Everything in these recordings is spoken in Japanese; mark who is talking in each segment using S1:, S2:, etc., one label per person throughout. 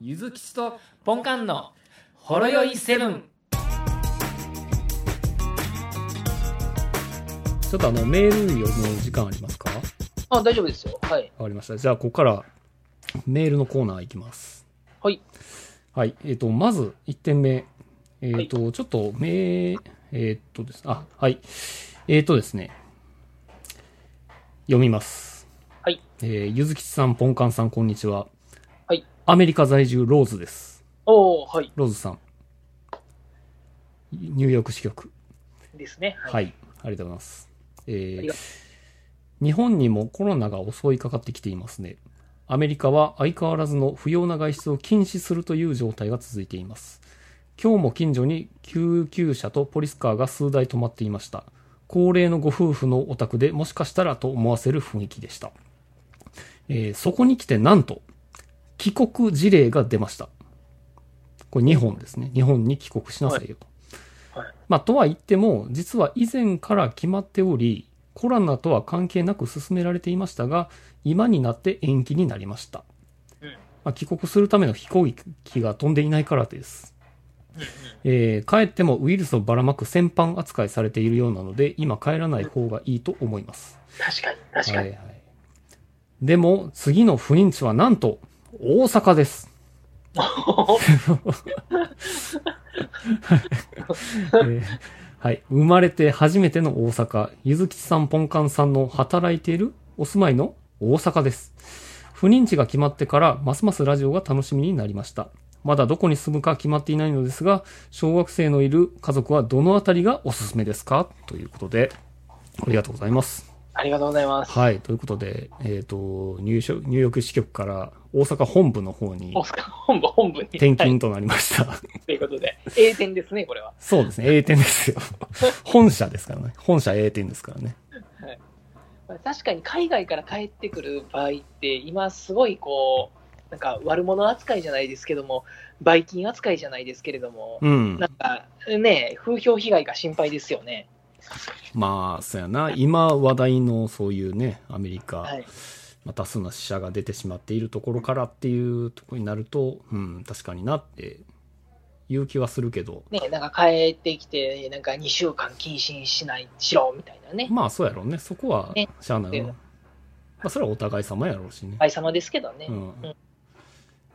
S1: ゆずきちとポンカンのほろよいセブン。
S2: ちょっとあの、メール読む時間ありますか
S3: あ、大丈夫ですよ。はい。
S2: わかりました。じゃあ、ここからメールのコーナーいきます。
S3: はい。
S2: はい。えっ、と、まず1点目。えっ、と、ちょっと、めえっ、とです。あ、はい。えっ、とですね。読みます。
S3: はい。
S2: えーゆずきちさん、ポンカンさん、こんにちは。
S3: はい。
S2: アメリカ在住、ローズです。
S3: おー、はい。
S2: ローズさん。ニューヨーク支局。
S3: ですね。はい。
S2: はい、ありがとうございます。え
S3: あり
S2: ー
S3: がと、
S2: 日本にもコロナが襲いかかってきていますね。アメリカは相変わらずの不要な外出を禁止するという状態が続いています。今日も近所に救急車とポリスカーが数台止まっていました。高齢のご夫婦のお宅でもしかしたらと思わせる雰囲気でした。えーそこに来てなんと、帰国事例が出ました。これ日本ですね。日本に帰国しなさいよと。まあ、とは言っても、実は以前から決まっており、コロナとは関係なく進められていましたが、今になって延期になりました。
S3: うん
S2: まあ、帰国するための飛行機が飛んでいないからです。えー帰ってもウイルスをばらまく戦犯扱いされているようなので、今帰らない方がいいと思います。
S3: 確かに、確かに。
S2: はいはい、でも、次の不妊地はなんと、大阪で す。えーはい。生まれて初めての大阪、ゆずきちさん、ポンカンさんの働いているお住まいの大阪です。不妊地が決まってから、ますますラジオが楽しみになりました。まだどこに住むか決まっていないのですが、小学生のいる家族はどのあたりがおすすめですかということで、ありがとうございます。
S3: ありがとうございます。
S2: はい。ということで、えっ、と、入所、入浴支局から大阪本部の方に
S3: 大阪本部、本部に。
S2: 転
S3: はい
S2: 勤となりました。
S3: ということで。A 点ですね、これは。
S2: そうですね。A 点ですよ。本社ですからね。本社 A 点ですからね。
S3: まあ確かに海外から帰ってくる場合って、今すごいこう、なんか悪者扱いじゃないですけども、ばい菌扱いじゃないですけれども、
S2: うん
S3: なん。かね、風評被害が心配ですよね。
S2: まあ、そうやな。今話題のそういうね、アメリカ、
S3: はい。
S2: まあ、多数の死者が出てしまっているところからっていうところになると、うん、確かになって、いう気はするけど、
S3: ね、なんか帰ってきて、なんか2週間謹慎しない、しろ、みたいなね。
S2: まあ、そうやろうね。そこは
S3: ね、
S2: しゃあないよな。
S3: うん
S2: まあ、それはお互い様やろうしね。
S3: お互い様ですけどね。
S2: うん
S3: うん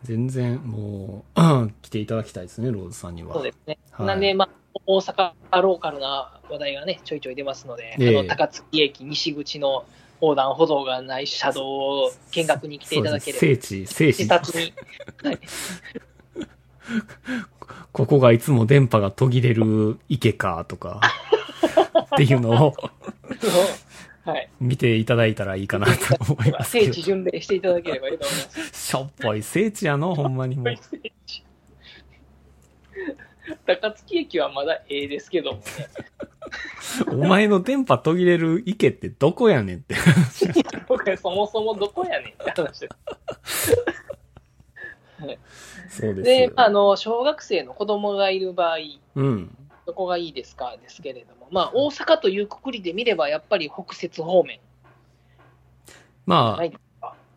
S2: 全然もう 来ていただきたいですねローズさんには
S3: そうですね。
S2: はい
S3: なんで、まあ、大阪ローカルな話題がね、ちょいちょい出ますので、
S2: ええ
S3: あの高槻駅西口の横断歩道がない車道を見学に来ていただければ、
S2: そうですね聖地
S3: 視
S2: 聖地
S3: 察に、はい、
S2: ここがいつも電波が途切れる池か とかっていうのを
S3: はい、
S2: 見ていただいたらいいかなと思いますけ
S3: 聖
S2: ど
S3: 地巡礼していただければいいと思います。
S2: しょっぽい聖地やのほんまにもう
S3: 聖地 高槻駅はまだええですけどもね、
S2: お前の電波途切れる池ってどこやねんって
S3: 僕はそもそもどこやねんって話です。
S2: そうですよ
S3: で、まああの、小学生の子供がいる場合、
S2: うん
S3: どこがいいですかですけれども、まあ、大阪というくくりで見れば、やっぱり北節方面、
S2: まあ、
S3: はい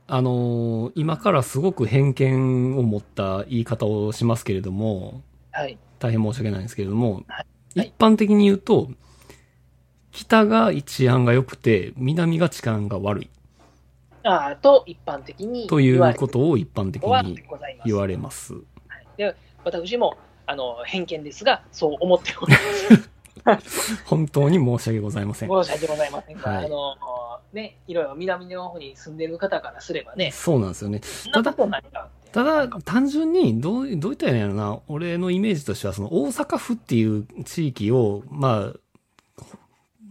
S2: あのー今からすごく偏見を持った言い方をしますけれども、
S3: はい、
S2: 大変申し訳ないんですけれども、
S3: ははい
S2: 一般的に言うと、北が治安が良くて、南が治安が悪い
S3: ああと一般的に
S2: とい
S3: 言わ
S2: う
S3: れて
S2: ことを一般的
S3: は
S2: に
S3: ございます
S2: 言われます。
S3: 私もあの偏見ですが、そう思っております。
S2: 本当に申し訳ございません。
S3: 申し訳ございませんが、
S2: はい
S3: い、あのね、いろいろ南の方に住んでる方からすればね、
S2: そうなんですよね。
S3: そんなことないなって。
S2: た
S3: な
S2: だ、
S3: んか
S2: 単純に、どう、どういったらいいんやろな、俺のイメージとしては、その大阪府っていう地域を、まあ、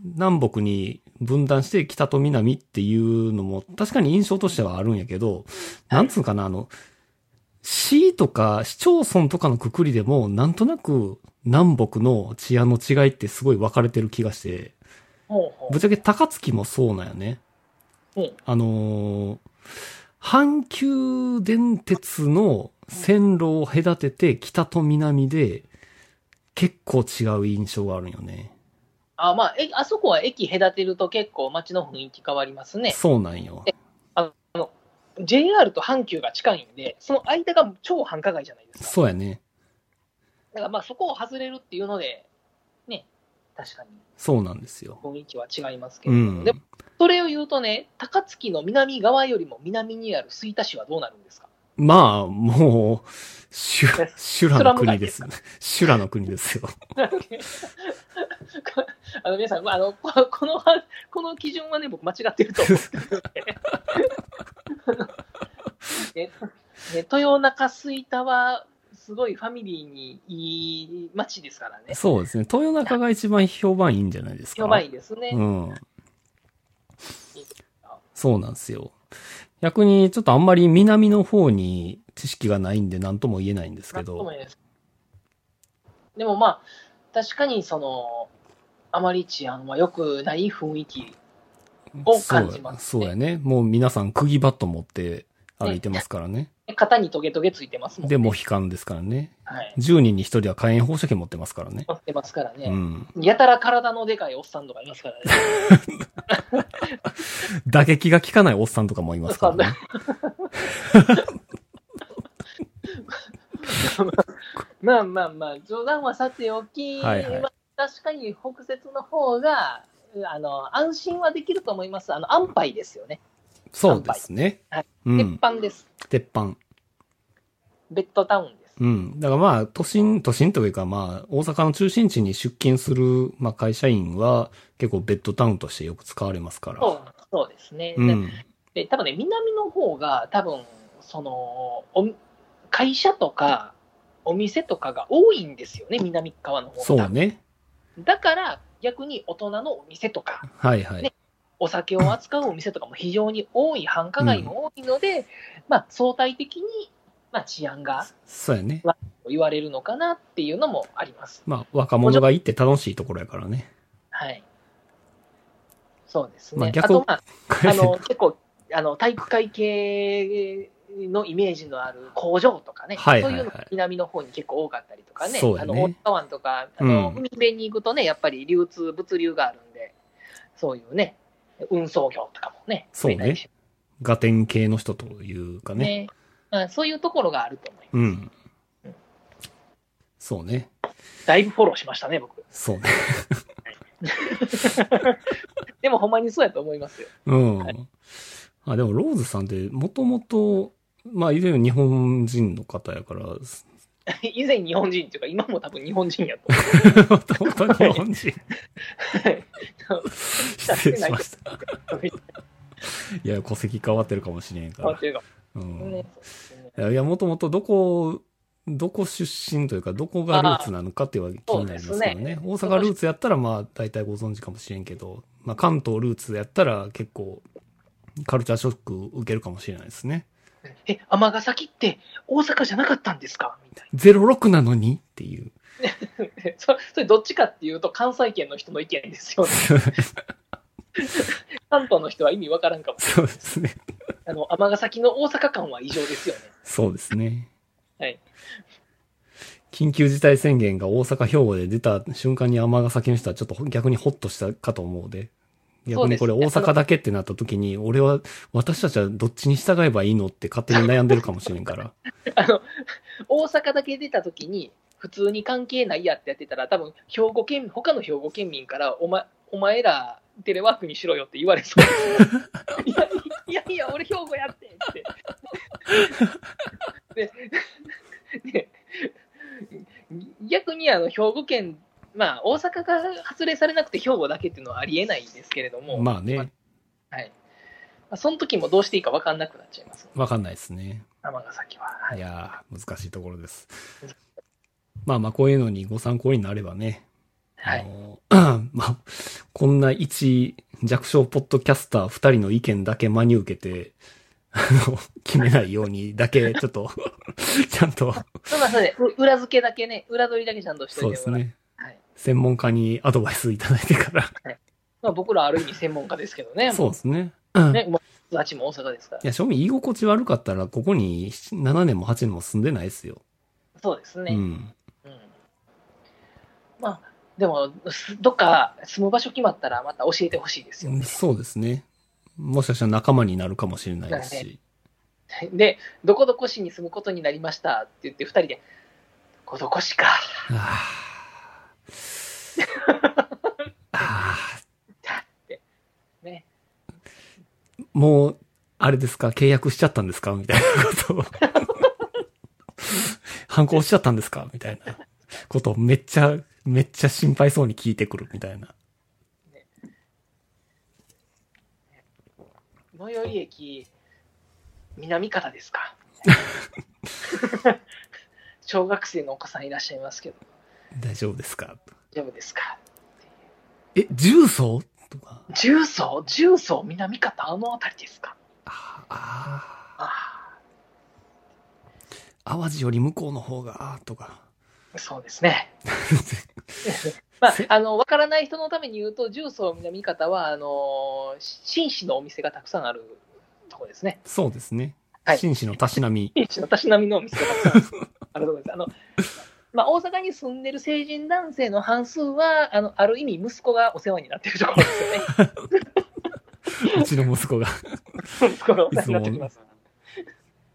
S2: 南北に分断して北と南っていうのも、確かに印象としてはあるんやけど、なんつうかな、あの、市とか市町村とかのくくりでも、なんとなく南北の治安の違いってすごい分かれてる気がして、
S3: ほうほ
S2: ぶっちゃけ高槻もそうなんよね。
S3: ううん
S2: あのー阪急電鉄の線路を隔てて北と南で結構違う印象があるんよね。
S3: あまあ、えあそこは駅隔てると結構街の雰囲気変わりますね。
S2: そうなんよ。
S3: あの JR と阪急が近いんで、その間が超繁華街じゃないですか。
S2: そうやね。
S3: だからまあそこを外れるっていうので、ね、確かに
S2: そうなんですよ。
S3: 雰囲気は違いますけ
S2: う
S3: ど、
S2: ん
S3: で。もそれを言うとね、高槻の南側よりも南にある吹田市はどうなるんですか
S2: まあ、もう、修羅、修羅の国です
S3: スラ。
S2: 修羅の国ですよ。
S3: あの皆さん、まああのここのこの基準はね、僕間違ってると思うんですけどね ね。ね豊中吹田は、すごいファミリーにいい街ですからね。
S2: そうですね。豊中が一番評判いいんじゃないですか。
S3: やばいですね。
S2: うん。そうなんですよ。逆に、ちょっとあんまり南の方に知識がないんで何とも言えないんですけ
S3: なんとも
S2: ど。
S3: 言えないですでもまあ、確かにその、あまり治安は良くない雰囲気を感じます、
S2: そうやそうやね。もう皆さん釘バット持って歩いてますからね。
S3: 肩にトゲトゲついてますもんね。
S2: で、もう悲観ですからね。
S3: はい。
S2: 10人に1人は火炎放射器持ってますからね。
S3: 持ってますから
S2: う
S3: ね。
S2: ん。
S3: やたら体のでかいおっさんとかいますからね。
S2: 打撃が効かないおっさんとかもいますからね。
S3: まあまあまあ、冗談はさておき、
S2: はいはい
S3: まあ確かに北節の方が、あの、安心はできると思います。あの、安牌ですよね。
S2: そうですね
S3: はい。
S2: う
S3: 鉄
S2: ん。
S3: 板です。
S2: 鉄板。
S3: ベッドタウンです。
S2: うん。だからまあ、都心、都心というかまあ、大阪の中心地に出勤する、まあ、会社員は結構ベッドタウンとしてよく使われますから。
S3: そうそうですね。
S2: うん。
S3: で、多分ね、南の方が、多分、その、お会社とか、お店とかが多いんですよね、南側の方が。
S2: そうね。
S3: だから、逆に大人のお店とか、
S2: はいはい。
S3: お酒を扱うお店とかも非常に多い、繁華街も多いので、まあ、相対的に、まあ、治安が
S2: そうやね。
S3: 言われるのかなっていうのもあります。
S2: まあ、若者が行って楽しいところやからね。
S3: はい。そうですね。
S2: まあ
S3: あ、
S2: 逆
S3: と、まあ、あ の、結構、あの、体育会系のイメージのある工場とかね、
S2: はいはいは
S3: そ
S2: い
S3: ういうのが南の方に結構多かったりとかね、
S2: そうだ
S3: あ
S2: ね
S3: の、大川湾とか、あの、
S2: うん
S3: 海辺に行くとね、やっぱり流通、物流があるんで、そういうね、運送業とかもね、
S2: そうね
S3: 増えたりし
S2: ガテン系の人というか
S3: ます
S2: ね。
S3: ね。まあ、そういうところがあると思います。
S2: うん。そうね。
S3: だいぶフォローしましたね、僕。
S2: そうね。
S3: でも、ほんまにそうやと思いますよ。
S2: うん。
S3: は
S2: あ、でも、ローズさんって、もともと、まあ、いわゆる日本人の方やから、も
S3: 以前日本人っていうか、今も多分日本人やと 思う
S2: ともと日本人。
S3: はい
S2: 失礼しました。
S3: 変
S2: いや、戸籍変わってるかもしれんか
S3: わっ
S2: ら。
S3: てるか
S2: う
S3: も
S2: ん。
S3: ね
S2: い。やいや、もともとどこ、どこ出身というか、どこがルーツなのかっていうのは気になりますけどね。
S3: あー
S2: 大阪ルーツやったら、まあ、大体ご存知かもしれんけど、まあ、関東ルーツやったら、結構、カルチャーショック受けるかもしれないですね。
S3: え、尼崎って大阪じゃなかったんですかみたい
S2: 06なのにっていう。
S3: な。 そそれどっちかっていうと関西圏の人の意見ですよね。関東の人は意味わからんかも。
S2: そうですね。
S3: あの、尼崎の大阪間は異常ですよね。
S2: そうですね。
S3: はい。
S2: 緊急事態宣言が大阪、兵庫で出た瞬間に尼崎の人はちょっと逆にホッとしたかと思うで。逆にこれ
S3: そうで
S2: 大
S3: すね
S2: 阪だけってなった時に、俺は、私たちはどっちに従えばいいのって勝手に悩んでるかもしれんから。
S3: あの、大阪だけ出た時に、普通に関係ないやってやってたら、多分、兵庫県、他の兵庫県民から、お前、お前ら、テレワークにしろよって言われそう です。いやいやいや、俺兵庫やってって。で、で、逆にあの、兵庫県、まあ、大阪が発令されなくて兵庫だけっていうのはありえないんですけれど も、
S2: まあね、
S3: はい。まあその時もどうしていいか分かんなくなっちゃいます。
S2: わかんないですね。
S3: 尼崎は。はい
S2: いやー、難しいところです。まあまあ、こういうのにご参考になればね。
S3: はい
S2: あの ーまあ、こんな一弱小ポッドキャスター二人の意見だけ真に受けて、 あの、決めないようにだけ、ちょっと、 ちゃんと、
S3: そうなんですね。う裏付けだけね、裏取りだけちゃんとしと
S2: そう
S3: い
S2: で
S3: て
S2: す
S3: もらう。
S2: ね。
S3: はい
S2: 専門家にアドバイスいただいてか
S3: まあ、僕らある意味専門家ですけどね。
S2: ら。そう
S3: も
S2: ですね。うん
S3: うね。もう、育ちも大阪ですから
S2: い。や、正味居心地悪かったら、ここに7年も8年も住んでないですよ。
S3: そうです
S2: う
S3: ね。
S2: ん。
S3: うん。まあ、でも、すどっか住む場所決まったらまた教えてほしいですよね。
S2: そうですね。もしかしたら仲間になるかもしれないですし。
S3: で、どこどこ市に住むことになりましたって言って、二人で、どこどこ市か。
S2: ああ。あ
S3: だって。ね。
S2: あ。もう、あれですか契約しちゃったんですかみたいなことを。反抗しちゃったんですかみたいなことをめっちゃ、めっちゃ心配そうに聞いてくるみたいな。
S3: 最寄り駅、南からです か。 小学生のお子さんいらっしゃいますけど、
S2: 大丈夫ですか
S3: 大丈夫ですか。
S2: え、重曹とか。
S3: 重曹、重曹、南方、あの辺りですか。
S2: ああ。
S3: あ
S2: 淡路より向こうの方が、あーとか。
S3: あ、そうですね。まあ、あの、わからない人のために言うと、重曹南方は、あの、紳士のお店がたくさんあるところですね。
S2: そうですね。
S3: はい
S2: 紳士のたしなみ。
S3: 紳士のたしなみのお店がたくさん あるところです。あの、まあ、大阪に住んでる成人男性の半数は、あの、ある意味息子がお世話になってるところですよね。
S2: うちの息子が
S3: 息子がお世話になってきます。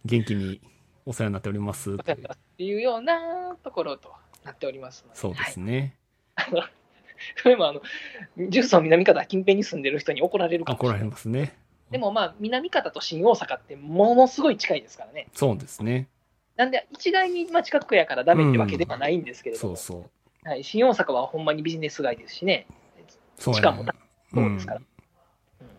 S2: 元気にお世話になっております。
S3: お世話になってますっていうようなところとなっておりますので。
S2: そうで
S3: はい
S2: すね。
S3: それもあの、重曹南方近辺に住んでる人に怒られるかもし
S2: 怒
S3: れ
S2: ら
S3: ない
S2: れ。ますね。
S3: でもまあ、南方と新大阪ってものすごい近いですからね。
S2: そうですね。
S3: なんで、一概にまあ近くやからダメってわけではないんですけれど
S2: そ
S3: も、
S2: うそう。
S3: はい、新大阪はほんまにビジネス街ですしね。
S2: そう
S3: し
S2: や
S3: か
S2: ね
S3: も、そうですから。
S2: うん
S3: うん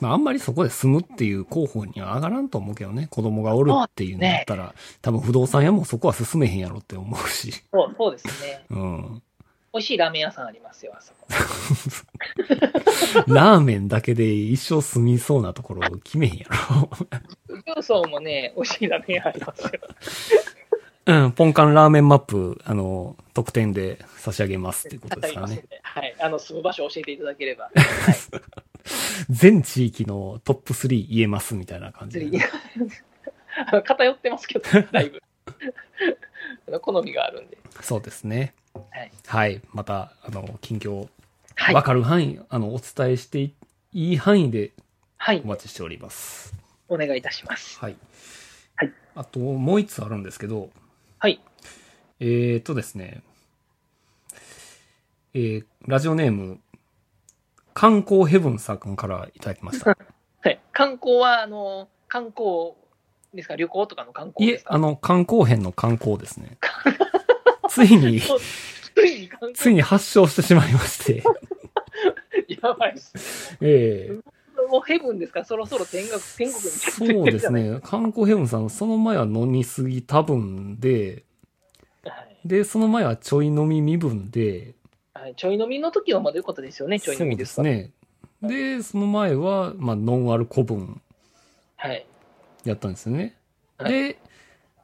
S2: まあ、あんまりそこで住むっていう候補には上がらんと思うけどね。子供がおるっていうのだったら、多分不動産屋もそこは進めへんやろって思うし。
S3: そうそうですね。
S2: うん。
S3: 美味しいラーメン屋さんありますよ、あそこ。
S2: ラーメンだけで一生住みそうなところを決めへんやろ。
S3: 重曹もね、美味しいラーメン屋ありますよ。
S2: うん、ポンカンラーメンマップ、あの、特典で差し上げますっていうこと
S3: 当た
S2: です
S3: り
S2: から
S3: ますん
S2: ね。
S3: で。はい。あの、住む場所教えていただければ。はい。
S2: 全地域のトップ3言えますみたいな感じ
S3: 釣
S2: で。
S3: り あの偏ってますけど、だ いぶ。あの好みがあるんで。
S2: そうですね。
S3: はい。
S2: はい。また、あの、近況、
S3: はい
S2: わ。かる範囲、あの、お伝えしていいい範囲で
S3: はい
S2: お。待ちしております。
S3: お願いいたします。
S2: はい。
S3: はい
S2: あと、もう一つあるんですけど、
S3: はい。
S2: えー、とですね、えー、ラジオネーム、観光ヘブンさんからいただきました。
S3: はい。観光は、あの、観光ですか旅行とかの観
S2: い
S3: 光で
S2: え
S3: す、か
S2: あの、観光編の観光ですね。つ いに、
S3: ついに観
S2: つい
S3: 光
S2: に発症してしまいま して、
S3: やばいっすね。
S2: えー
S3: もうヘブンですから、そろそろ天国、天国に近づい
S2: そ
S3: て
S2: う
S3: る
S2: で
S3: じゃ
S2: す
S3: ない
S2: ね。観光ヘブンさん、その前は飲みすぎ多分で、
S3: はい
S2: で、その前はちょい飲み身分で、
S3: はい。ちょい飲みの時はまだいうことですよね、ちょい飲みですか
S2: そうですね。で、その前は、まあ、ノンアル古文
S3: ら。はい。
S2: やったんですよね。
S3: はい
S2: で、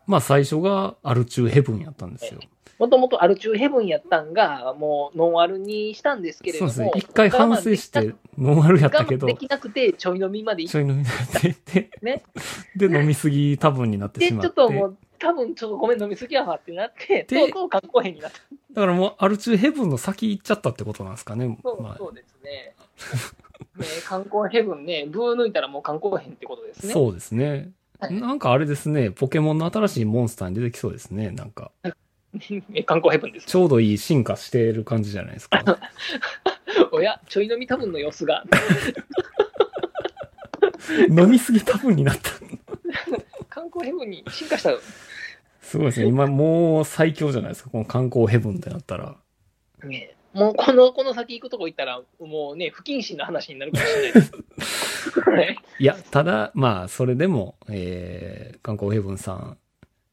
S2: まあ、最初がアルチューヘブンやったんですよ。
S3: もともとアル中ヘブンやったんが、もうノンアルにしたんですけれど
S2: そう
S3: も。
S2: ですね。一回反省して、ノンアルやった
S3: 我
S2: け
S3: 慢
S2: ど
S3: で、きなくて、ちょい飲みまで行っ
S2: ちょい飲みになってて、
S3: ね
S2: で、飲みすぎ多分になって
S3: て、
S2: し
S3: ちょ
S2: まって。
S3: っともう、多分ちょっとごめん、飲みすぎやわってなって、
S2: で
S3: とうとう観光編になった。
S2: だからもう、アルチューヘブンの先行っちゃったってことなんですかね。
S3: そう,、
S2: まあ
S3: そうですね。ね観光ヘブンね、ブー抜いたらもう観光編ってことですね。
S2: そうですね。
S3: はい
S2: なんかあれですね、ポケモンの新しいモンスターに出てきそうですね。なんか、
S3: え観光ヘブンです
S2: ちょうどいい進化してる感じじゃないですか。
S3: おや、ちょい飲み多分の様子が、
S2: 飲みすぎ多分になった。
S3: 観光ヘブンに進化したの
S2: すごいですね。今もう最強じゃないですか。この観光ヘブンってなったら。
S3: ね、もうこのこの先行くとこ行ったら、もうね、不謹慎な話になるかもしれないです。 はい
S2: いや、ただ、まあ、それでも、えー、観光ヘブンさん、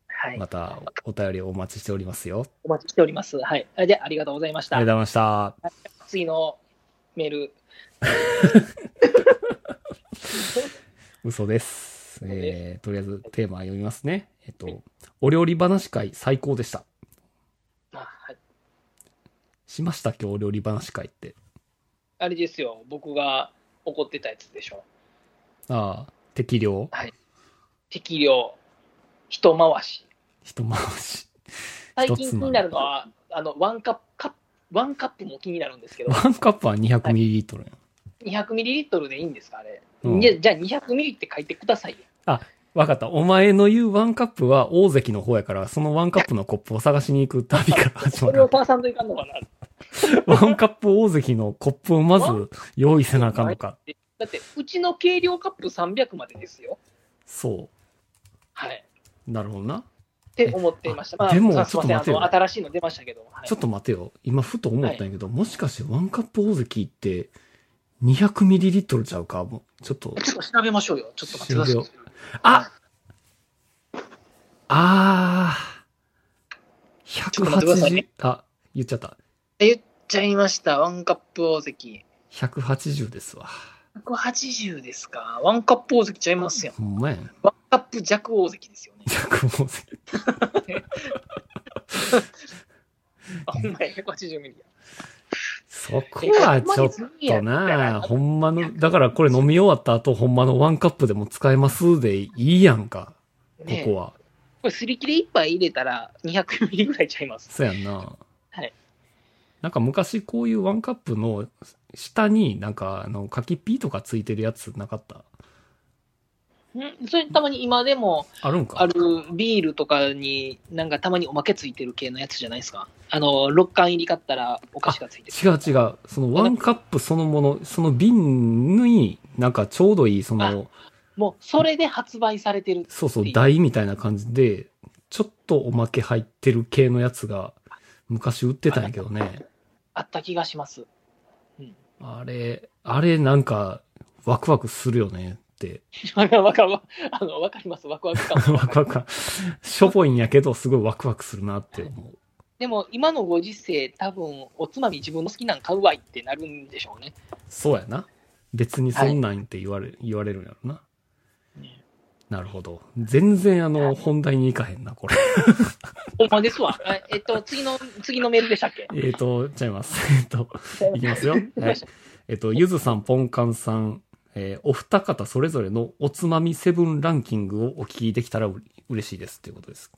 S3: はい
S2: ま、たお便りお待ちしておりますよ。
S3: お待ちしております。はい。あじゃあ、ありがとうございまし
S2: あ
S3: た
S2: り。がとうございました。
S3: 次のメール。
S2: 嘘です。えー、とりあえずテーマ読みますね。え
S3: は
S2: っと、お料理話会最高でした。
S3: あはい
S2: しましたっけお料理話会って。
S3: あれですよ、僕が怒ってたやつでしょ。
S2: ああ、適量、
S3: 適量、人回し。
S2: 人回し。
S3: 最近気になるのは、あの、ワンカップ、カップワンカップも気になるんですけ ど、
S2: ワンカップは 200ml やん。
S3: 200ミリリットルでいいんですか、あれ。
S2: うん
S3: いやじゃあ200ミリって書いてくださいよ。
S2: あ、わかった。お前の言うワンカップは大関の方やから、そのワンカップのコップを探しに行く旅から始ま
S3: それを
S2: る。
S3: パーさんといかんのかな
S2: ワンカップ大関のコップをまず用意せなあかんのか。
S3: だって、うちの軽量カップ300までですよ。
S2: そ
S3: はい。
S2: う。なるほどな。
S3: って思っていました。
S2: えあ
S3: まあ、
S2: でも
S3: さすいません
S2: ちょっと待てよ
S3: あの新しいの出ましたけど。はい
S2: ちょっと待てよ。今ふと思ったんやけど、もしかしてワンカップ大関って200ミリリットルちゃうかもうちょっと。
S3: ちょっと調べましょうよ。ちょっと待ってください
S2: 調べよ。ああー。
S3: ちょっと待ってください
S2: 180、あ、言っちゃった。
S3: え言っちゃいました。ワンカップ大関。
S2: 180ですわ。
S3: 180ですか。ワンカップ大関ちゃいますよ。
S2: ほ んまやん。
S3: ワンカップ弱大関ですよね。
S2: 100大関。
S3: あ、ほんまや、180ミリや。
S2: そこはちょっとな、ほんまの、だからこれ飲み終わった後、ほんまのワンカップでも使えますでいいやんか、こ
S3: ねえ
S2: こは。
S3: これ、すり切れ一杯入れたら200ミリぐらいちゃいます。
S2: そうやんな。
S3: はい
S2: なんか昔こういうワンカップの下になんかあの柿ピーとかついてるやつなかった
S3: んそれたまに今でも
S2: あるんか
S3: あるビールとかになんかたまにおまけついてる系のやつじゃないですか。あの、6缶入り買ったらお菓子がついてる。
S2: 違う違う。そのワンカップそのもの、その瓶になんかちょうどいいその、
S3: もう、それで発売されてる。
S2: そうそう、台みたいな感じで、ちょっとおまけ入ってる系のやつが昔売ってたんやけどね。
S3: あった気がします。
S2: あれ、あれなんか、ワクワクするよねって。
S3: わかわかわあのわかります、ワクワク感も
S2: ワ
S3: わ
S2: ク
S3: か
S2: ワ
S3: る。
S2: ク。しょぼいんやけど、すごいワクワクするなって思う。
S3: でも、今のご時世、多分おつまみ自分の好きなん買うわいってなるんでしょうね。
S2: そうやな。別にそんなんって言われ,、言われるんやろな
S3: ね。
S2: なるほど。全然あの、本題に行かへんな、こ れ。
S3: ほんまですわ。ええっと、次の、次のメールでしたっけ
S2: えっと、ちゃいます。 えっと、いきますよ。はい。えっと、ゆずさん、ポンカンさん、えーお二方それぞれのおつまみセブンランキングをお聞きできたらう嬉しいですっていうことです。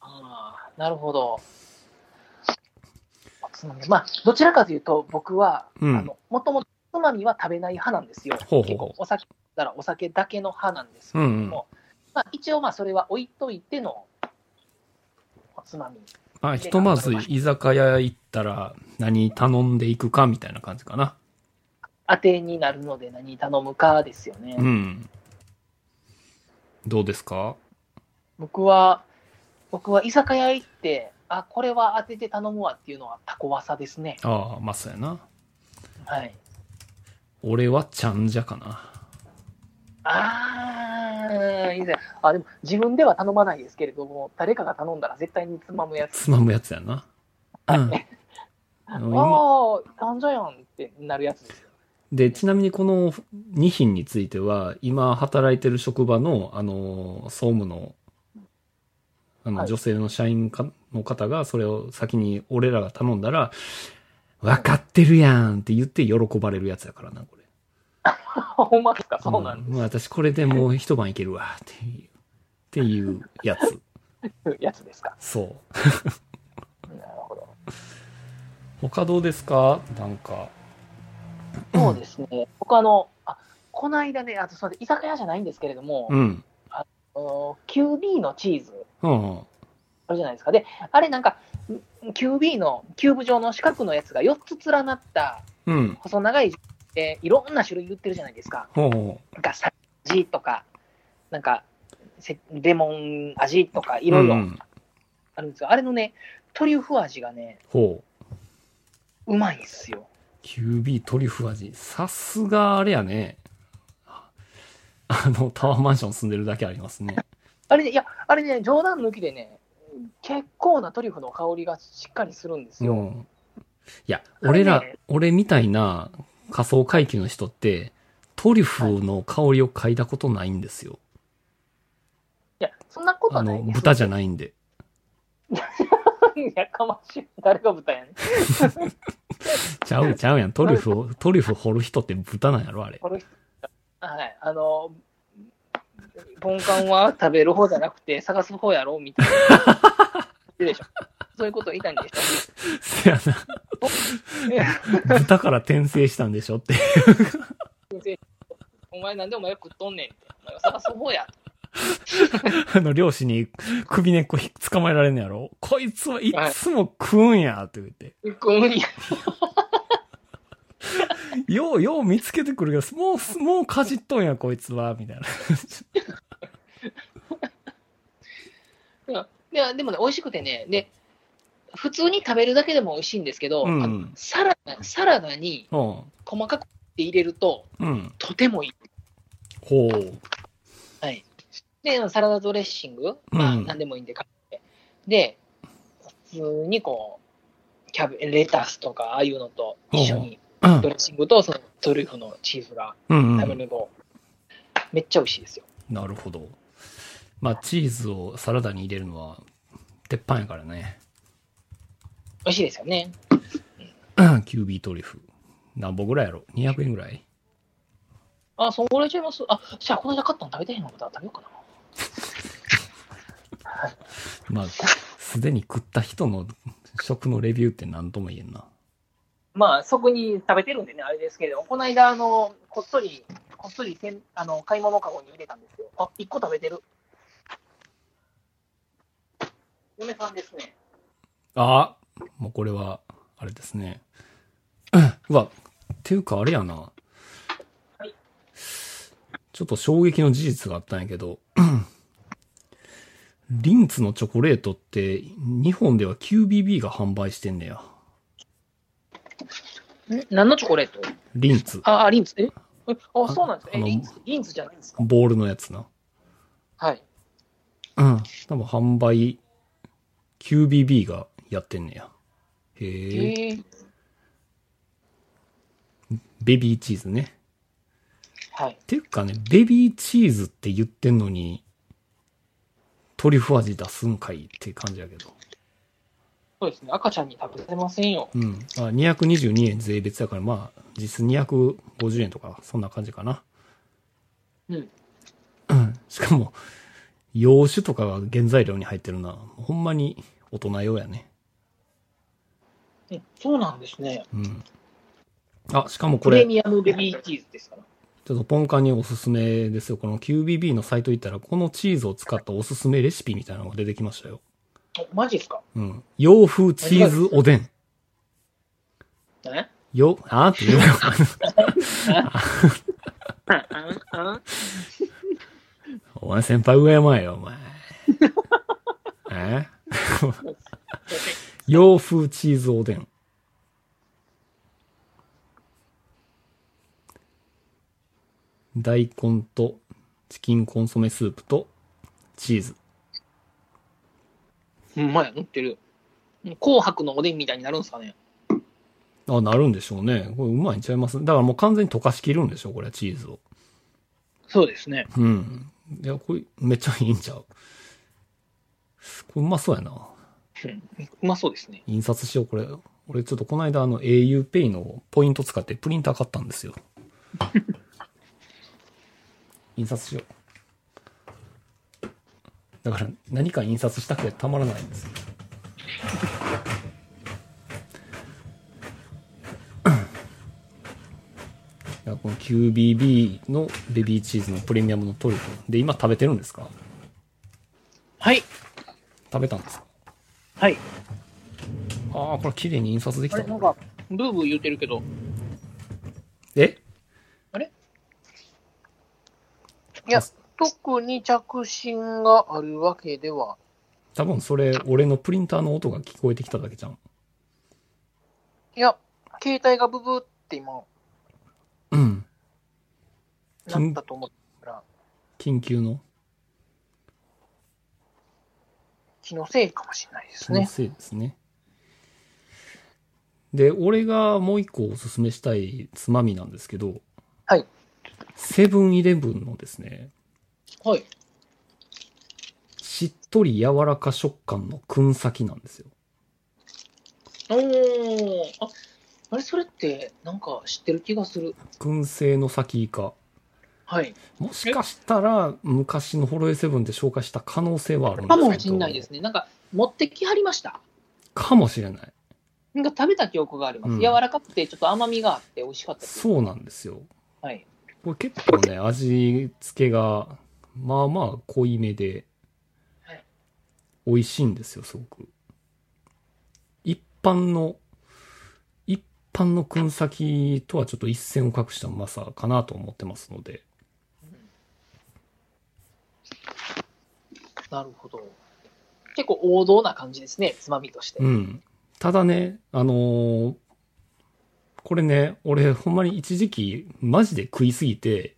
S3: あーなるほど。おつまみまあ、どちらかというと、僕は、
S2: うん
S3: あのもともとおつまみは食べない派なんですよ。
S2: ほうほう
S3: 結構、お酒だったらお酒だけの派なんですけ
S2: う
S3: ど
S2: ん
S3: も、
S2: うん。
S3: まあ、一応、まあ、それは置いといてのおつまみ。
S2: まあ、ひとまず居酒屋行ったら何頼んでいくかみたいな感じかな。
S3: 当てになるので何頼むかですよね。
S2: うん。どうですか
S3: 僕は、僕は居酒屋行って、あ、これは当てて頼むわっていうのはタコワサですね。
S2: ああ、まあそうやな。
S3: はい。
S2: 俺はちゃんじゃかな。
S3: あー、いいですね。あ、でも自分では頼まないですけれども、誰かが頼んだら絶対につまむやつ。
S2: つまむやつやな。うん。あ
S3: あ
S2: の今
S3: ー、誕生やんってなるやつですよ。
S2: で、ちなみにこの2品については、今働いてる職場の、あの、総務の、
S3: は
S2: あの、
S3: い
S2: 女性の社員かの方が、それを先に俺らが頼んだら、わかってるやんって言って喜ばれるやつやからな、これ。
S3: ほんまですかそうなん
S2: もう私これでもう一晩いけるわ、っていう、っていうや つ。
S3: です。やつですか。
S2: そう。
S3: なるほど。
S2: 他どうですかなんか。
S3: そうですね。僕あの、あ、この間ね、あとすみません、居酒屋じゃないんですけれども、
S2: うん。
S3: あの QB のチーズ。
S2: うん。
S3: あるじゃないですか。で、あれなんか、ん QB の、キューブ状の四角のやつが4つ連なった
S2: うん。
S3: 細長い、えーいろんな種類売ってるじゃないですか。
S2: ほうほ
S3: なんか、サジとか、なんか、せレモン味とか、いろいうろ
S2: ん
S3: あるんですよ、あれのね、トリュフ味がね、
S2: ほう。
S3: うまいんですよ。
S2: QB トリュフ味。さすがあれやね。あの、タワーマンション住んでるだけあります ね。
S3: あれね、いや、あれね、冗談抜きでね、結構なトリュフの香りがしっかりするんです
S2: う
S3: よ。
S2: ん。いや、
S3: あ
S2: 俺
S3: れね
S2: ら、俺みたいな仮想階級の人って、トリュフの香りを嗅いだことないんですよ。
S3: いや、そんなこと
S2: あ
S3: はな
S2: の、
S3: いです
S2: 豚じゃないんで。
S3: い やかましい。誰が豚やねん。
S2: ちゃうちゃうやん。トリ ュフを、トリュフ掘る人って豚なんやろ、あれ。
S3: この人はい、あの、本館は食べる方じゃなくて、探す方やろみたいな。でしょ。そういうこと言いたいんでし
S2: せやな。
S3: ょ。
S2: 豚から転生したんでしょって。
S3: お前なんでお前食っとんねんって。お前は探す方や。
S2: あの、漁師に首根っこひ捕まえられんのやろこいつはいつも食うんや、って言って。
S3: このに
S2: よう、よう見つけてくるけど、もうす、もうかじっとんや、こいつは、みたいな。
S3: いや、でもね、美味しくてね、で、普通に食べるだけでも美味しいんですけど、
S2: うん
S3: あのサラダ、サラダに
S2: うん。
S3: 細かく切って入れると、
S2: うん。
S3: とてもいい。
S2: ほう。
S3: はい。で、サラダドレッシング、まあ、
S2: うん
S3: 何でもいいんで買って。で、普通にこう、キャベ、レタスとか、ああいうのと一緒に、
S2: うん
S3: ドレッシングとそのトリュフのチーズが
S2: うんう
S3: 食べ
S2: ん。
S3: ると、めっちゃ美味しいですよ。
S2: なるほど。まあ、チーズをサラダに入れるのは、鉄板やからね。
S3: 美味しいですよね。
S2: うんキュービートリュフ。何本ぐらいやろ ?200 円ぐらい
S3: あ、そんぐらいちゃいますあ、じゃあこの間買ったの食べたいのかな食べようかな。
S2: まあ、すでに食った人の食のレビューって何とも言えんな。
S3: まあ、そこに食べてるんでね、あれですけれども、この間、あの、こっそり、こっそりせんあの買い物かごに入れたんですよ。あ、一個食べてる。嫁さんですね。
S2: あもうこれは、あれですね。 うわ、っていうかあれやな。
S3: はい
S2: ちょっと衝撃の事実があったんやけど、 リンツのチョコレートって、日本では QBB が販売してんねや。
S3: ん何のチョコレート
S2: リンツ。
S3: あ、あリンツ。ええ
S2: あ
S3: あ、そうなんです
S2: あ
S3: ね。え
S2: の
S3: リンツ、リンツじゃないんですか
S2: ボールのやつな。
S3: はい。
S2: うん。多分販売、QBB がやってんねや。
S3: え
S2: へえ。ベビーチーズね。
S3: はい。
S2: ていうかね、ベビーチーズって言ってんのに、トリュフ味出すんかいって感じやけど。
S3: そうですね。赤ちゃんに食べせませんよ。
S2: うん。あ222円税別やから、まあ、実質250円とか、そんな感じかな。
S3: うん。
S2: うん。しかも、洋酒とかが原材料に入ってるな。ほんまに大人用やね。
S3: えそうなんですね。
S2: うん。あ、しかもこ
S3: プレ
S2: れ、
S3: ミアムベビーチーズですから。
S2: ちょっとポンカンにおすすめですよ。この QBB のサイト行ったら、このチーズを使ったおすすめレシピみたいなのが出てきましたよ。
S3: おマジですか
S2: うん。洋風チーズおでん。
S3: え
S2: よ、あーって言うよ。
S3: あああ
S2: お前先輩上前よ、お前。え洋風チーズおでん。大根とチキンコンソメスープとチーズ。
S3: うん、まや、乗ってる。紅白のおでんみたいになるんですかね。
S2: あ、なるんでしょうね。これうまいんちゃいますだからもう完全に溶かしきるんでしょこれはチーズを。
S3: そうですね。
S2: うん。いや、これめっちゃいいんちゃう。これうまそうやな。
S3: うんうまそうですね。
S2: 印刷しよう、これ。俺ちょっとこの間あの auPay のポイント使ってプリンター買ったんですよ。 印刷しよう。だから何か印刷したくてたまらないんですよ。 いやこの QBB のベビーチーズのプレミアムのトリュフ。で、今食べてるんですか
S3: はい。
S2: 食べたんですか
S3: はい。
S2: ああ、これ綺麗に印刷でき
S3: あ
S2: た
S3: れ、。なんか、ブーブー言うてるけど、
S2: え
S3: あれいや、特に着信があるわけでは。
S2: 多分それ、俺のプリンターの音が聞こえてきただけじゃん。
S3: いや、携帯がブブーって今、
S2: うん。
S3: なったと思ったら、
S2: 緊急の
S3: 気のせいかもしれないです
S2: 気の
S3: ね。
S2: せいですね。で、俺がもう一個おすすめしたいつまみなんですけど、
S3: はい。
S2: セブンイレブンのですね、
S3: はい。
S2: しっとり柔らか食感のくん先なんですよ。
S3: おー。あ、あれ、それって、なんか知ってる気がする。
S2: 燻製の先イカ。
S3: はい。
S2: もしかしたら、昔のホロエイセブンで紹介した可能性はあるんです
S3: か
S2: けど。
S3: もしれないですね。なんか、持ってきはりました。
S2: かもしれない。
S3: なんか食べた記憶があります。
S2: うん
S3: 柔らかくて、ちょっと甘みがあって、美味しかったです。
S2: そうなんですよ。
S3: はい。
S2: これ結構ね、味付けがまあまあ濃いめで
S3: はい、
S2: 美味しいんですよ、すごく。一般の、一般の燻先とはちょっと一線を画したうまさかなと思ってますので、
S3: なるほど。結構王道な感じですね、つまみとして。
S2: うん。ただね、あのーこれね、俺ほんまに一時期マジで食いすぎて、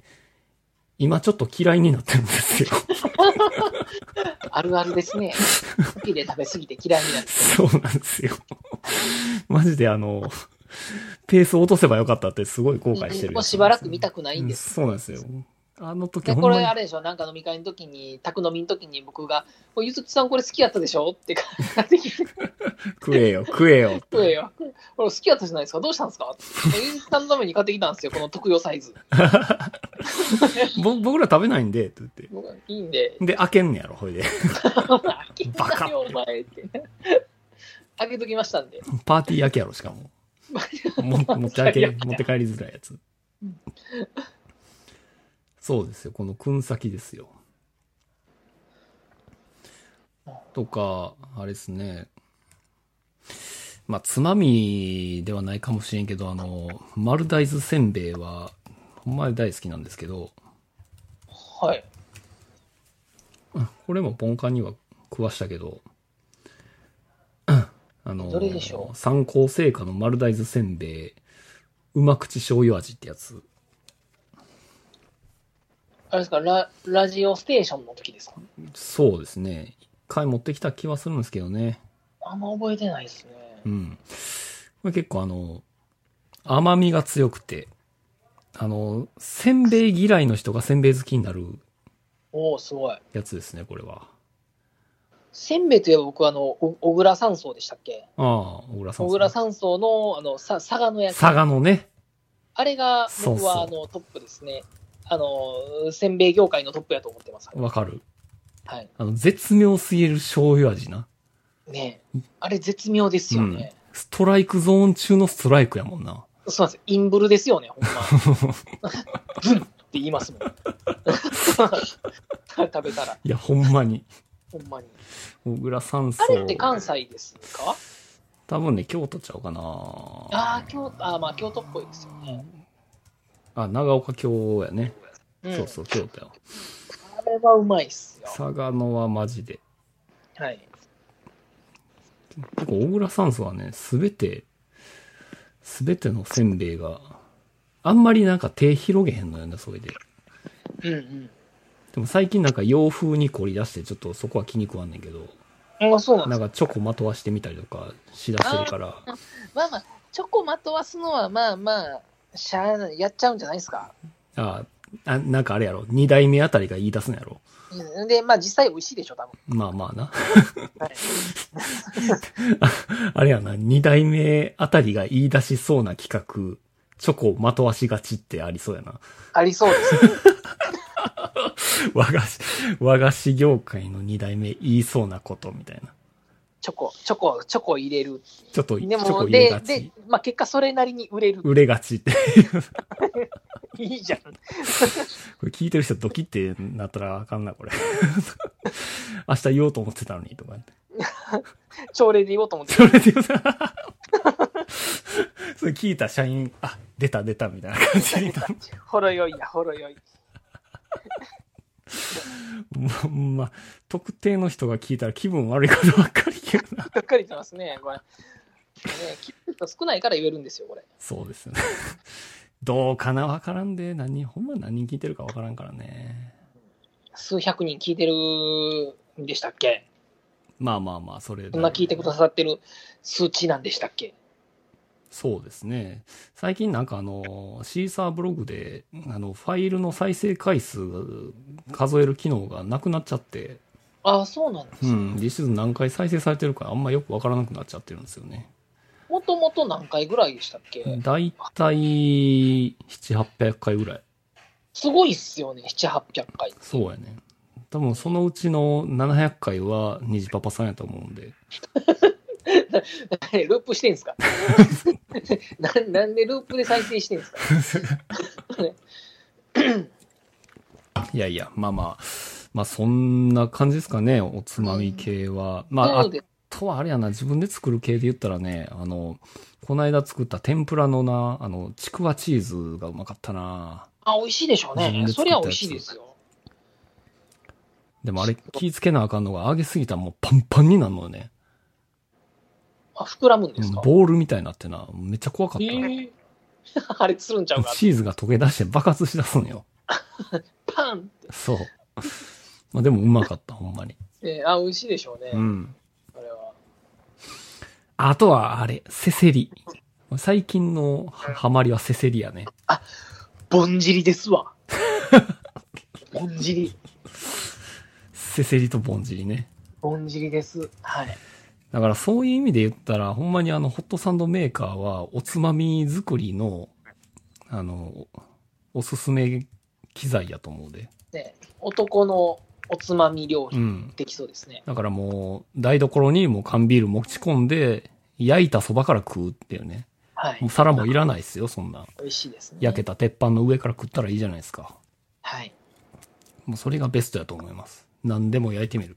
S2: 今ちょっと嫌いになってるんですよ。
S3: あるあるですね。好きで食べ過ぎて嫌いになる。
S2: そうなんですよ。マジであの、ペース落とせばよかったってすごい後悔してる。
S3: もうしばらく見たくないんです。
S2: うんそうなんですよ。あの時
S3: で
S2: ほん
S3: こ
S2: ま
S3: れ
S2: に
S3: あれでしょ、なんか飲み会の時に、宅飲みの時に僕が、これゆずきさんこれ好きやったでしょって感じで
S2: 食えよ、食えよ。
S3: 食え よ。これ好きやったじゃないですか、どうしたんですかってゆずきさんのために買ってきたんですよ、この特用サイズ。
S2: ぼ僕ら食べないんで、って言って。
S3: 僕いいんで、
S2: で、開けんねやろ、ほいで。
S3: 開け たよ、お前って。開けときましたんで。
S2: パーティー開けやろ、しかも。も持って開け、持って帰りづらいやつ
S3: うん。
S2: そうですよ、このくん先ですよ。とか、あれですね。まあ、つまみではないかもしれんけど、あの、丸大豆せんべいは、ほんまに大好きなんですけど、
S3: はい。
S2: あこれもポンカンには食わしたけど、あの、
S3: どれでしょう
S2: 参考成果の丸大豆せんべい、うま口醤油味ってやつ。
S3: あれですかラ、ラジオステーションの時ですか
S2: そうですね。一回持ってきた気はするんですけどね。
S3: あんま覚えてないですね。
S2: うん。これ結構あの、甘みが強くて、あの、せんべい嫌いの人がせんべい好きになる
S3: おおすごい。
S2: やつですね、これは。
S3: せんべいといえば僕、あの、お小倉山荘でしたっけ
S2: ああ、小倉さん。
S3: 小倉山荘の、あの、さ佐賀のやつ。
S2: 佐賀のね。
S3: あれが、僕は、
S2: そ
S3: あ
S2: うそ
S3: の、トップですね。あの、せんべい業界のトップやと思ってます。
S2: わかる。
S3: はい。
S2: あの、絶妙すぎる醤油味な。
S3: ねえあれ絶妙ですよね。
S2: ストライクゾーン中のストライクやもんな。
S3: そうなんですよ。インブルですよね、ほんま。ブンって言いますもん。食べたら、
S2: いや、ほんま に。
S3: ほんまに。
S2: 小倉山荘
S3: あ。れって関西ですか
S2: 多分ね、京都ちゃうかな。
S3: ああ、京都、あーまあ、京都っぽいですよね。
S2: あ、長岡京やね。
S3: うん、
S2: そうそう、京都や。
S3: あれはうまいっすよ。
S2: 佐賀のはマジで。
S3: はい。
S2: 結構、小倉山荘はね、すべて、すべてのせんべいが、あんまりなんか手広げへんのよね、それで。
S3: うんうん。
S2: でも最近なんか洋風に凝り出して、ちょっとそこは気に食わんねんけど、
S3: あそうなん
S2: な
S3: で
S2: ん
S3: す
S2: かチョコまとわしてみたりとかしだしてるから、
S3: まあまあ、チョコまとわすのは、まあまあ、しゃあないやっちゃうんじゃないですか。
S2: ああ、なんかあれやろ、二代目あたりが言い出すんやろ。
S3: うん、で、まあ実際美味しいでしょ、多分。
S2: まあまあな。
S3: はい、
S2: あれやな、二代目あたりが言い出しそうな企画、チョコまとわしがちってありそうやな。
S3: ありそうです。
S2: 和菓子、和菓子業界の二代目言いそうなことみたいな。
S3: チョコ、チョコ、チョコ入れる。
S2: ちょっと、チ
S3: で
S2: ョコ
S3: も、
S2: 入れ
S3: で
S2: が、ち
S3: で。、まあ結果それなりに売れる。
S2: 売れがちって。
S3: いいじゃん。
S2: これ聞いてる人ドキってなったらあかんな、これ。明日言おうと思ってたのにとか。
S3: 朝礼で言おうと思って。
S2: それでさ、 それ聞いた社員、あ、出た出たみたいな感じになる。
S3: ほろ酔いや、ほろ酔い。
S2: まんま、特定の人が聞いたら気分悪いことばっかり言うな。
S3: がっかりしてますね、これ。ね、聞く人少ないから言えるんですよ、これ。
S2: そうですよね。どうかなわからんで、何人、ほんま何人聞いてるかわからんからね。
S3: 数百人聞いてるんでしたっけ
S2: まあまあまあ、それ。
S3: そんな聞いてくださってる数値なんでしたっけ
S2: そうですね。最近なんかあの、シーサーブログで、あの、ファイルの再生回数数える機能がなくなっちゃって、
S3: ああ、そうなんです
S2: う
S3: ね。
S2: ん、実質何回再生されてるかあんまよくわからなくなっちゃってるんですよね。
S3: もともと何回ぐらいでしたっけ、
S2: だいたい、7、800回ぐらい。
S3: すごいっすよね、7、800回。
S2: そうやね。多分そのうちの700回は、虹パパさんやと思うんで。
S3: ループしてんす かななんでループで再生してんすか
S2: いやいや、まあまあ、まあそんな感じですかね、おつまみ系は。まあ、
S3: そう
S2: あ
S3: です
S2: とはあれやな、自分で作る系で言ったらね、あの、こないだ作った天ぷらのな、あの、ちくわチーズがうまかったな。
S3: あ、美味しいでしょう
S2: 自分
S3: ね。
S2: で
S3: そ
S2: 作ったや
S3: りゃ
S2: つ
S3: 美味しいですよ。
S2: でもあれ気ぃつけなあかんのが揚げすぎたらもうパンパンになるのよね。
S3: あ、膨らむんですか、
S2: ボールみたいになってな、めっちゃ怖かっ
S3: え
S2: た。
S3: ー 破裂するんちゃうか。
S2: チーズが溶け出して爆発しだすんよ。
S3: パンって。
S2: そう。まあでもうまかった、ほんまに。
S3: えーあ、美味しいでしょうね。
S2: うん。
S3: これは。
S2: あとはあれ、せせり。最近のハハマりはせせりやね。
S3: ぼんじりです わ。ぼんじり。
S2: せせりとぼんじりね。
S3: ぼんじりです。はい。
S2: だからそういう意味で言ったら、ほんまにあの、ホットサンドメーカーは、おつまみ作りの、あの、おおすすめ機材やと思うで。
S3: ね、男のおつまみ料
S2: う
S3: 理
S2: ん。
S3: できそうですね。
S2: だからもう、台所にもう缶ビール持ち込んで、焼いたそばから食うっていうね。
S3: はい
S2: もう。皿もいらないですよ、そんな。
S3: 美味しいですね。
S2: 焼けた鉄板の上から食ったらいいじゃないですか。
S3: はい。
S2: もうそれがベストやと思います。何でも焼いてみる。っ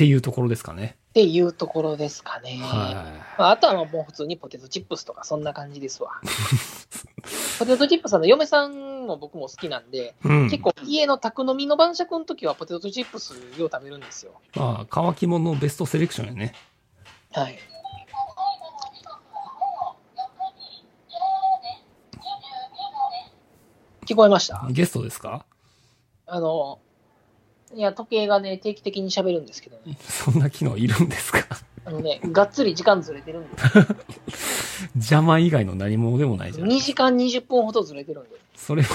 S2: ていうところですかね。
S3: っていうところですかね。
S2: はい。
S3: まあ、あとはもう普通にポテトチップスとかそんな感じ ですわ。ポテトチップスの嫁さんも僕も好きなんで、
S2: うん、
S3: 結構家の宅飲みの晩酌の時はポテトチップスよう食べるんですよ。
S2: まあ、乾き物ベストセレクションやね。
S3: はい。聞こえました
S2: ゲストですか
S3: あの、いや、時計がね、定期的に喋るんですけどね。
S2: そんな機能いるんですか
S3: あのね、がっつり時間ずれてるんです。
S2: 邪魔以外の何物でもないじゃん
S3: 2。時間20分ほどずれてるんで。
S2: それは。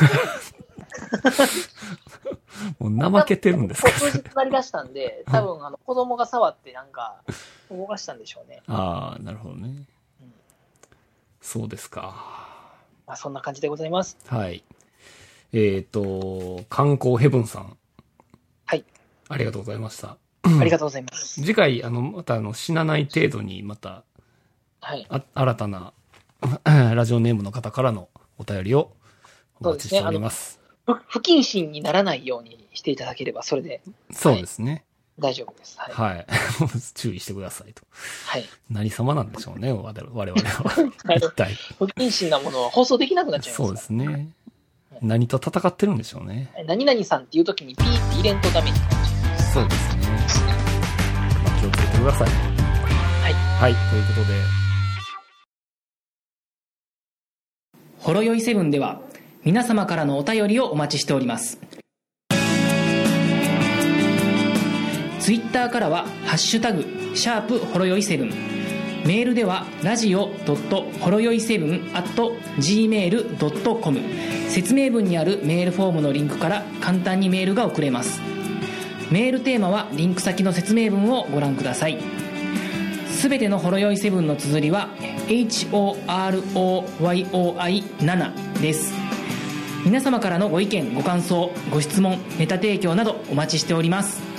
S2: もう怠けてるんですか
S3: 数日なり出したんで、多分あの子供が触ってなんか動かしたんでしょうね。
S2: ああ、なるほどね
S3: うん。
S2: そうですか。
S3: まあ、そんな感じでございます。
S2: はい。えっ、と、観光ヘブンさん。
S3: はい。
S2: ありがとうございました。
S3: ありがとうございます。
S2: 次回、あの、また、あの、死なない程度に、また、
S3: はい。
S2: あ新たな、 ラジオネームの方からのお便りをお待ちしております。
S3: 不不謹慎にならないようにしていただければ、それで
S2: そ
S3: す
S2: う
S3: ね
S2: ですね。
S3: 大丈夫です。はい。は
S2: はい。 注意してくださいと。
S3: い。
S2: 何様なんでしょうね、我々我々は。
S3: はい
S2: 一体。
S3: 不謹慎なものは放送できなくなっちゃいます。
S2: そうですね
S3: はい。
S2: 何と戦ってるんでしょうね。
S3: 何々さんっていう時にピーって入れんとダメになっちゃ
S2: そうですね。まあ、気をつけてください。はいはい、ということで。
S1: ほろよいセブンでは皆様からのお便りをお待ちしておりますツイッターからは「ハッシュタグシャープほろよいセブン」メールではラジオほろよい7 gmail.com 説明文にあるメールフォームのリンクから簡単にメールが送れますメールテーマはリンク先の説明文をご覧くださいすべてのほろ酔いセブンの綴りは HOROYOI7 です皆様からのご意見ご感想ご質問ネタ提供などお待ちしております